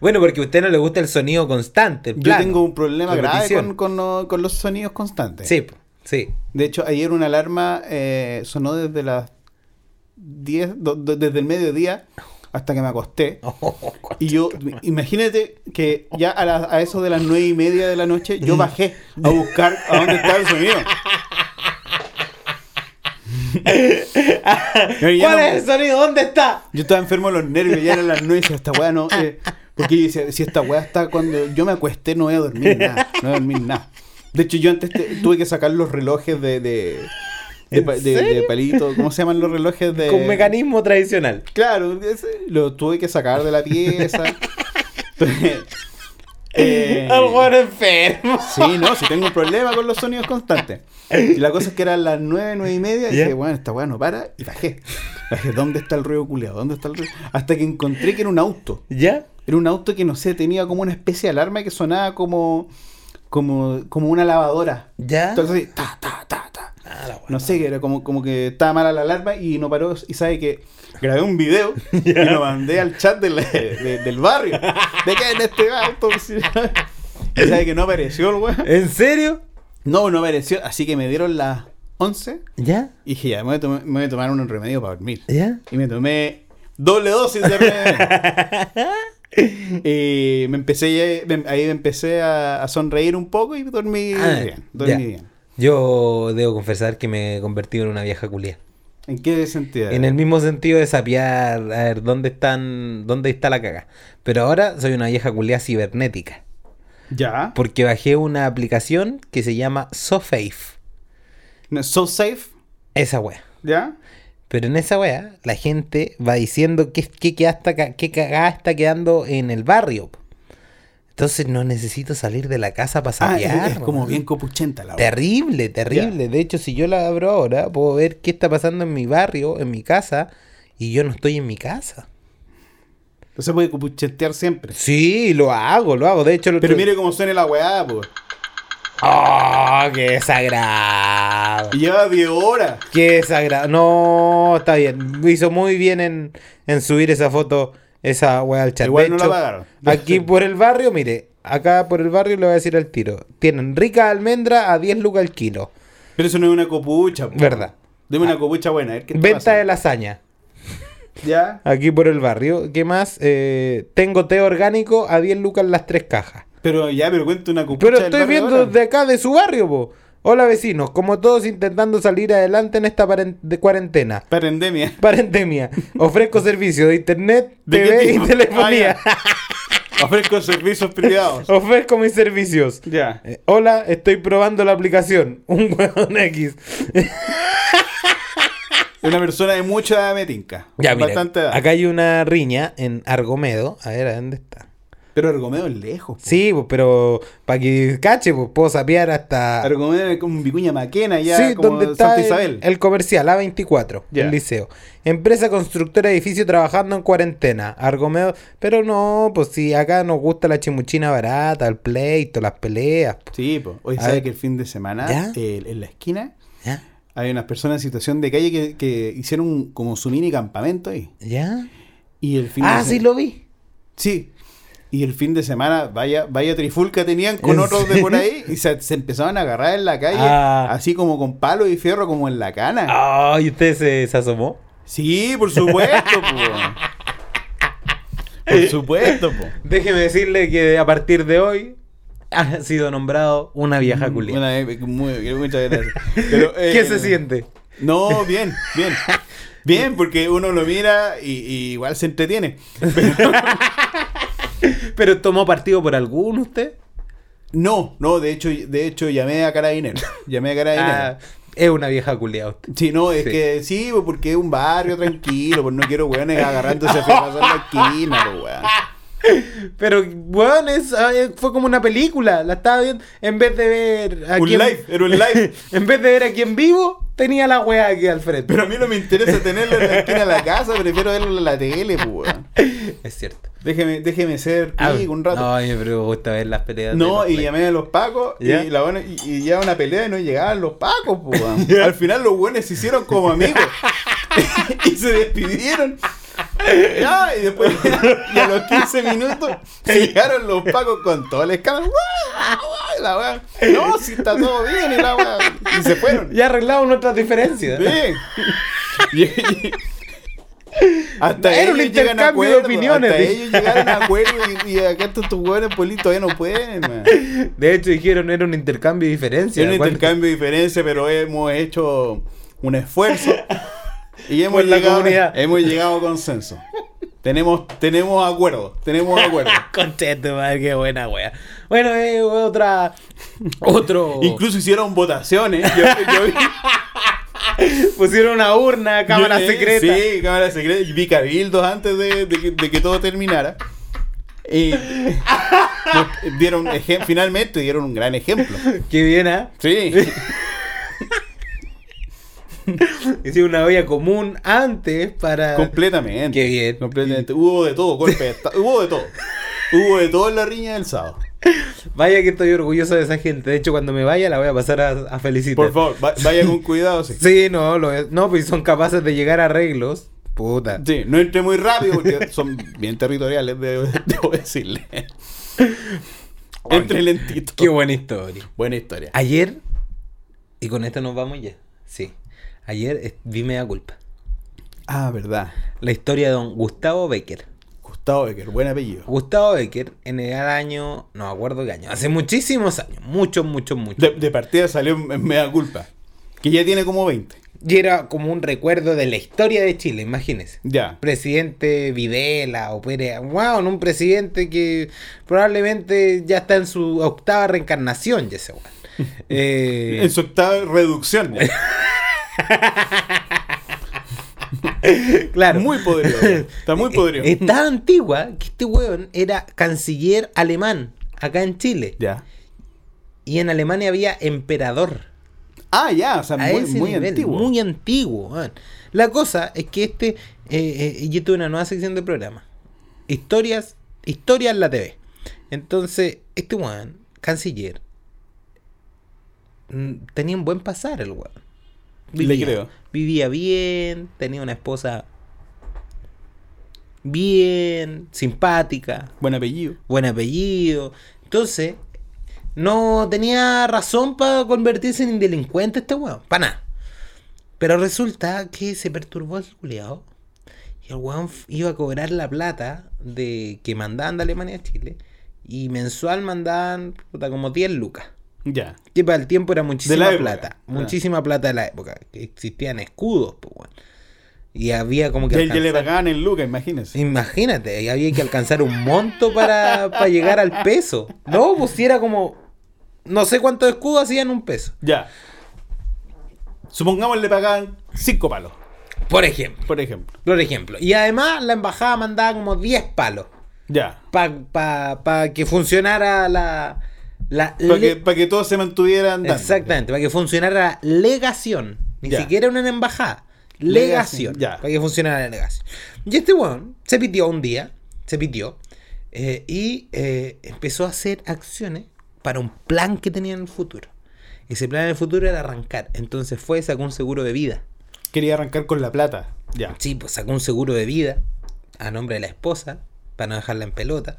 Bueno, porque a usted no le gusta el sonido constante. el Yo plano, tengo un problema grave repetición. con, con, lo- con los sonidos constantes. Sí, po, sí. [LAUGHS] De hecho, ayer una alarma eh, sonó desde las 10, do- do- desde el mediodía hasta que me acosté. Y yo, imagínate que ya a, la- a eso de las nueve y media de la noche, yo bajé a buscar a dónde estaba el sonido. Pero ya ¿Cuál no- es el sonido? ¿Dónde está? Yo estaba enfermo de los nervios, ya eran las nueve, y decía, esta weá no. eh, porque yo decía, si esta weá está cuando yo me acuesté, no voy a dormir nada. No voy a dormir nada. De hecho, yo antes te- tuve que sacar los relojes de. de, de, ¿En pa- de- de serio? palito. ¿Cómo se llaman los relojes de.? Con mecanismo tradicional. Claro, ese lo tuve que sacar de [LAUGHS] la pieza. Eh, El weón enfermo. [LAUGHS] sí, no, si tengo un problema con los sonidos constantes. Y la cosa es que eran las nueve, nueve y media, y Ya. dije, bueno, esta weá no para, y bajé. Bajé, ¿dónde está el ruido culeado? ¿Dónde está el ruido? Hasta que encontré que era un auto. ¿Ya? Era un auto que no sé, tenía como una especie de alarma que sonaba como. como. como una lavadora. ¿Ya? Entonces, así, ta, ta, ta, ta. Ah, la weá. No sé, que era como, como que estaba mala la alarma y no paró. Y sabe que grabé [LAUGHS] un video y lo mandé al chat del, de- del barrio. ¿De qué en este auto? Y sabe que no apareció el weón. ¿En serio? No, no apareció. Así que me dieron las 11 ¿Ya? y dije, ya, me voy a, tomar- me voy a tomar un remedio para dormir. ¿Ya? Y me tomé doble dosis de remedio. [LAUGHS] y me empecé, me- ahí me empecé a, a sonreír un poco y dormí Ah, bien. Dormí ya. bien. Yo debo confesar que me he convertido en una vieja culia. ¿En qué sentido? En el mismo sentido de sapear, a ver, ¿dónde están, dónde está la caga? Pero ahora soy una vieja culia cibernética. Ya. Porque bajé una aplicación que se llama SoFafe. No, So safe. Esa wea. ¿Ya? Pero en esa wea, la gente va diciendo qué, qué, queda hasta ca- qué cagada está quedando en el barrio. po. Entonces no necesito salir de la casa para Ah, es, sapear. es como weón. bien copuchenta la wea. Terrible, terrible. De hecho, si yo la abro ahora, puedo ver qué está pasando en mi barrio, en mi casa, y yo no estoy en mi casa. No se puede copuchentear siempre. Sí, lo hago, lo hago. De hecho, lo Pero mire cómo suena la weá, pues. ¡Oh, qué desagrado! Y lleva 10 horas. ¡Qué desagrado! No, está bien. Hizo muy bien en, en subir esa foto, esa weá al chat. Igual De no la hecho, pagaron. [LAUGHS] Aquí por el barrio, mire, acá por el barrio le voy a decir al tiro. Tienen rica almendra a 10 lucas al kilo. [LAUGHS] Pero eso no es una copucha, po. Verdad. Deme una copucha buena, a ver qué te Venta pasa. de lasaña. Ya. Aquí por el barrio. ¿Qué más? Eh, tengo té orgánico a 10 lucas las tres cajas. Pero ya, pero cuenta una copucha. Pero del estoy barrio viendo ahora. desde acá, de su barrio, po. Hola vecinos, como todos intentando salir adelante en esta paren- de cuarentena. [LAUGHS] Para endemia. [LAUGHS] Parentenia. Ofrezco servicio de internet, ¿De qué TV tipo? y telefonía. Ah, ya. Ofrezco servicios [LAUGHS] privados. Ofrezco mis servicios. Ya. Eh, hola, estoy probando la aplicación. [LAUGHS] Un hueón X. Una persona de mucha edad me tinca. Ya, mira, Bastante edad. acá hay una riña en Argomedo. A ver, ¿a dónde está? Pero Argomeo es lejos. po. Sí, pues, pero para que cache, pues puedo sapear hasta. Argomeo es como Vicuña Maquena, ya Ah. sí, como donde está Santa el- Isabel. El, comercial, A24, Ya. el liceo. Empresa constructora de edificio trabajando en cuarentena. Argomedo. Pero no, pues si acá nos gusta la chimuchina barata, el pleito, las peleas. pues, po. Sí, po. Hoy A sabe ver. que el fin de semana, ¿Ya? eh, en la esquina, ¿Ya? hay unas personas en situación de calle que, que hicieron un- como su mini campamento ahí. ¿Ya? Y el fin Ah, de se- sí, lo vi. Sí. Y el fin de semana, vaya, vaya trifulca tenían con ¿En otros de serio? por ahí y se, se empezaban a agarrar en la calle, Ah. así como con palo y fierro, como en la cana. Ay, usted se, se asomó. Sí, por supuesto, po. Eh. Por supuesto, po. Déjeme decirle que a partir de hoy ha sido nombrado Mm, una vieja culia. Una vez, muy- muchas gracias. Pero, [LAUGHS] eh, ¿Qué se siente? No, bien, [LAUGHS] bien. Bien, porque uno lo mira y, y igual se entretiene. ¿Pero tomó partido por alguno usted? No, no, de hecho, de hecho llamé [LAUGHS] a Carabineros. Llamé a Carabineros. Ah, es una vieja culia usted. Sí, no, es Sí. que sí, pues, [LAUGHS] porque es un barrio tranquilo, pues no quiero weones agarrándose a pasar la esquina, pues weón. Pero, weón, es- eh, fue como una película. La estaba viendo. En vez de ver. Un quién- live, era un live. [LAUGHS] en vez de ver aquí en vivo, tenía la weá aquí al frente. Pero a mí no me interesa tenerlo en la esquina de la casa, prefiero verlo en la tele, pues, weón. Es cierto. Déjeme, déjeme ser Ah, amigo un rato. No, a mí me gusta ver las peleas. de No, los y play. llamé a los pacos ¿Ya? y, la buena- y, y ya una pelea y no llegaban los pacos, [LAUGHS] po, weón. Al final los buenos se hicieron como amigos [LAUGHS] y se despidieron. Ya, y después, y a los 15 minutos, llegaron los pacos con todo el escándalo. ¡Guau, guau! La weá. No, si está todo bien y la weá. Y se fueron. Ya arreglamos nuestras diferencias. Bien. Y- y- Hasta Era un ellos llegan a intercambio de acuerdo, opiniones. Hasta ellos llegaron a acuerdo y, y acá estos tus hueones pueblitos todavía no pueden, man. [LAUGHS] De hecho, dijeron era un intercambio de diferencias. Es un ¿Cuánto- intercambio de diferencia, pero hemos hecho [LAUGHS] un esfuerzo y hemos, Por la llegado, comunidad. hemos llegado a consenso. Tenemos, tenemos acuerdo, tenemos acuerdo. Conche tu madre, qué buena wea. Bueno, eh, otra. Otro. Incluso hicieron votaciones. Yo, yo vi, pusieron una urna, [LAUGHS] cámara [LAUGHS] yo- eh, secreta. Sí, cámara secreta. Y Vi cabildos antes de, de que, de que todo terminara. Y nos dieron ejem- finalmente dieron un gran ejemplo. Qué bien, ¿ah? [LAUGHS] Sí. Hicieron una olla común antes para. Completamente. Qué bien. Completamente. Hubo de todo, golpe de esta- Hubo de todo. Hubo de todo en la riña del sábado. Vaya que estoy orgulloso de esa gente. De hecho, cuando me vaya, la voy a pasar a, a felicitar. Por favor, va- vaya con cuidado, sí. [LAUGHS] Sí, no, lo es. No, pues son capaces de llegar a arreglos. Puta. Sí, no entre muy rápido porque son bien territoriales, debo, debo decirle. Entre lentito. Qué buena historia. Buena historia. Ayer, y con esto nos vamos ya. Sí. Ayer eh, vi media culpa. Ah, verdad. La historia de don Gustavo Becker. Gustavo Becker, buen apellido. Gustavo Becker, en el año, no me acuerdo qué año, hace muchísimos años, muchos, muchos, muchos. De, de partida salió en mea culpa. Que ya tiene como 20. Y era como un recuerdo de la historia de Chile, imagínense. Ya. Presidente Videla o Pérez, wow, un presidente que probablemente ya está en su octava reencarnación, ya ese [LAUGHS] weón. Eh, En su octava reducción. claro. Eh, Muy podrido. Está muy [LAUGHS] podrido. Es tan antigua que este weón era canciller alemán acá en Chile. Ya. Y en Alemania había emperador. Ah, ya. O sea, a muy, ese muy nivel, antiguo. Muy antiguo. weón. La cosa es que este. eh, eh, yo tuve una nueva sección de programa. Historias. Historia en la TV. Entonces, este weón, canciller. mm, Tenía un buen pasar el weón. Le creo. Vivía bien. Tenía una esposa. Bien. Simpática Buen apellido. buen apellido. Entonces, no tenía razón para convertirse en delincuente este weón, para nada. Pero resulta que se perturbó el culiao y el weón f- iba a cobrar la plata de que mandaban de Alemania a Chile y mensual mandaban puta, como 10 lucas. Ya. Que para el tiempo era muchísima época, plata. claro. Muchísima plata de la época. Existían escudos, pues, weón. Y había como que. Ya, ya le alcanzar- pagaban en Lucas, imagínense. Imagínate, ahí había que alcanzar un monto para, para llegar al peso. No, pues si era como. No sé cuántos escudos hacían un peso. Ya. Supongamos le pagaban 5 palos, Por ejemplo. por ejemplo. Por ejemplo. Y además la embajada mandaba como 10 palos. Ya. Para que funcionara la. la Para le- que, pa' que todo se mantuviera andando. Exactamente, para que funcionara la legación. Ni Ya. siquiera una embajada. Legación, Legación. ya. Para que funcionara la legación. Y este weón se pitió un día, se pitió, eh, y eh, empezó a hacer acciones para un plan que tenía en el futuro. Ese plan en el futuro era arrancar. Entonces fue y sacó un seguro de vida. Quería arrancar con la plata. Ya. Sí, pues sacó un seguro de vida a nombre de la esposa, para no dejarla en pelota.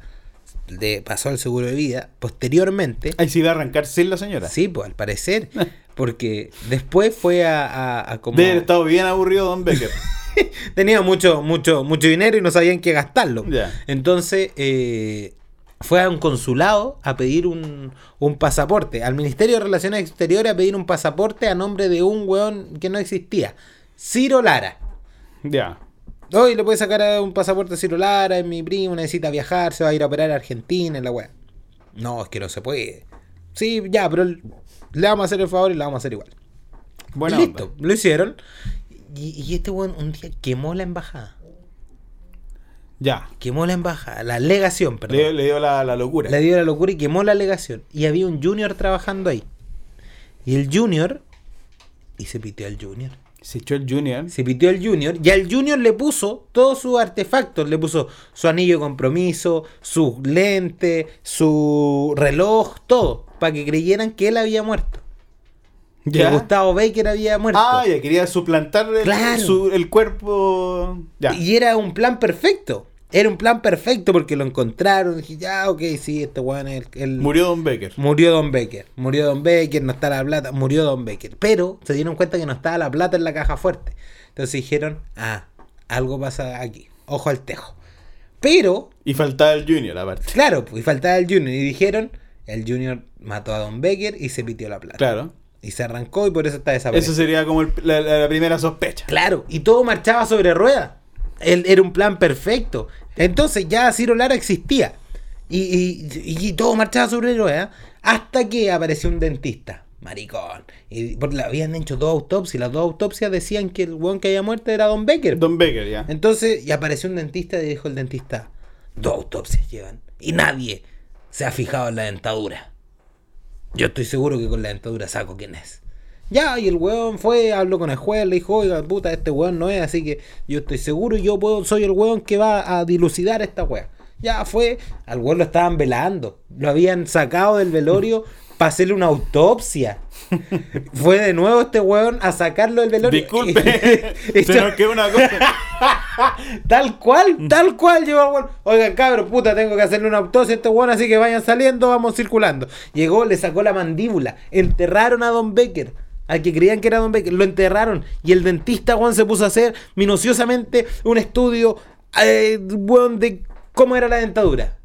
Le pasó el seguro de vida. Posteriormente. Ahí se iba a arrancar sin la señora. Sí, pues al parecer. Porque después fue a, a- a como. Debe haber estado bien aburrido [LAUGHS] Don Becker. Tenía mucho, mucho, mucho dinero y no sabían qué gastarlo. Ya. Entonces, eh, fue a un consulado a pedir un, un pasaporte. Al Ministerio de Relaciones Exteriores a pedir un pasaporte a nombre de un weón que no existía. Ciro Lara. ya. Hoy le puede sacar a un pasaporte a Ciro Lara, es mi primo, necesita viajar, se va a ir a operar a Argentina, en la weá. No, es que no se puede. Sí, ya, pero le vamos a hacer el favor y le vamos a hacer igual. Buena Y listo, onda. lo hicieron. Y, y este weón un día quemó la embajada. Ya. Quemó la embajada, la legación, perdón. Le, le dio la, la locura. Le dio la locura y quemó la legación. Y había un junior trabajando ahí. Y el junior... Y se pitió al junior. Se echó el Junior. Se pitió al Junior y al Junior le puso todos sus artefactos. Le puso su anillo de compromiso, sus lentes, su reloj, todo. Para que creyeran que él había muerto. Ya. Que Gustavo Baker había muerto. Ah, ya quería suplantar el, Claro. su- el cuerpo. Ya. Y era un plan perfecto. Era un plan perfecto porque lo encontraron. Dije, ya, ok, sí, este weón es el, el- Murió Don Becker. Murió Don Baker. Murió Don Baker, no está la plata. Murió Don Baker. Pero se dieron cuenta que no estaba la plata en la caja fuerte. Entonces dijeron, ah, algo pasa aquí. Ojo al tejo. Pero, Y faltaba el Junior, aparte. claro, pues y faltaba el Junior. Y dijeron, el Junior mató a Don Baker y se pitió la plata. Claro. Y se arrancó y por eso está desaparecido. Eso sería como el- la, la- la primera sospecha. Claro, y todo marchaba sobre ruedas. Él, era un plan perfecto. Entonces ya Ciro Lara existía. Y, y- y- y todo marchaba sobre ruedas. Hasta que apareció un dentista. Maricón. Y por, le habían hecho dos autopsias. Las dos autopsias decían que el weón que había muerto era Don Becker. Don Becker, ya. Entonces, y apareció un dentista y dijo el dentista, dos autopsias llevan. Y nadie se ha fijado en la dentadura. Yo estoy seguro que con la dentadura saco quién es. Ya, y el weón fue, habló con el juez, le dijo, oiga, puta, este weón no es, así que yo estoy seguro y yo puedo, soy el weón que va a dilucidar esta weá. Ya fue, al weón lo estaban velando, lo habían sacado del [LAUGHS] velorio para hacerle una autopsia. fue de nuevo este weón a sacarlo del velorio. Disculpe. [LAUGHS] [LAUGHS] Y- se nos quedó una cosa. Tal cual, tal cual llegó el weón. Oigan, cabros, puta, tengo que hacerle una autopsia a este weón, así que vayan saliendo, vamos circulando. Llegó, le sacó la mandíbula, enterraron a Don Becker, al que creían que era Don Becker, lo enterraron. Y el dentista, weón, se puso a hacer minuciosamente un estudio, eh, weón, de cómo era la dentadura.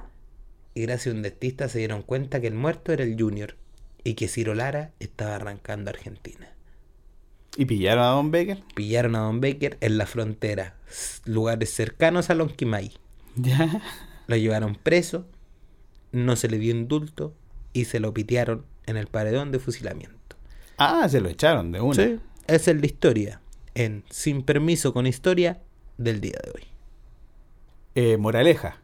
Y gracias a un dentista se dieron cuenta que el muerto era el Junior y que Ciro Lara estaba arrancando a Argentina. [LAUGHS] ¿Y pillaron a Don Becker? Pillaron a Don Becker en la frontera, s- lugares cercanos a Lonquimay. Ya. Lo llevaron preso, no se le dio indulto y se lo pitearon en el paredón de fusilamiento. Ah, se lo echaron de una. Esa es la historia en Sin Permiso con Historia del día de hoy. Eh, moraleja.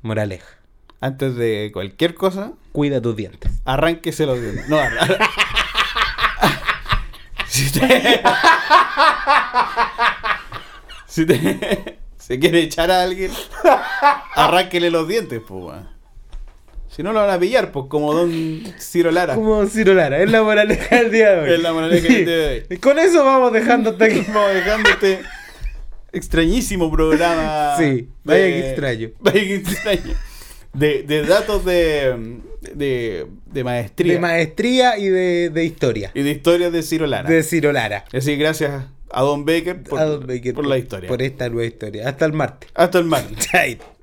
Moraleja, Antes de cualquier cosa, cuida tus dientes. arránqueselo de una. No, arra- [LAUGHS] si te... [LAUGHS] si te... se quiere echar a alguien, arránquele los dientes, pues, weón. Si no lo van a pillar, pues, como Don Ciro Lara. Como Ciro Lara, es la moraleja del día de hoy. Ah. [LAUGHS] Es la moraleja del día de hoy. Con eso vamos dejando hasta aquí. Vamos dejando este extrañísimo programa. Sí, vaya que extraño. [LAUGHS] Vaya que extraño. De, de datos de, de, de maestría. De maestría y de, de historia. y de historias de Ciro Lara. De Ciro Lara. Es decir, gracias a Don Baker por, A Don Baker por la historia. Por esta nueva historia. Hasta el martes. [LAUGHS] Hasta el martes. Chaito.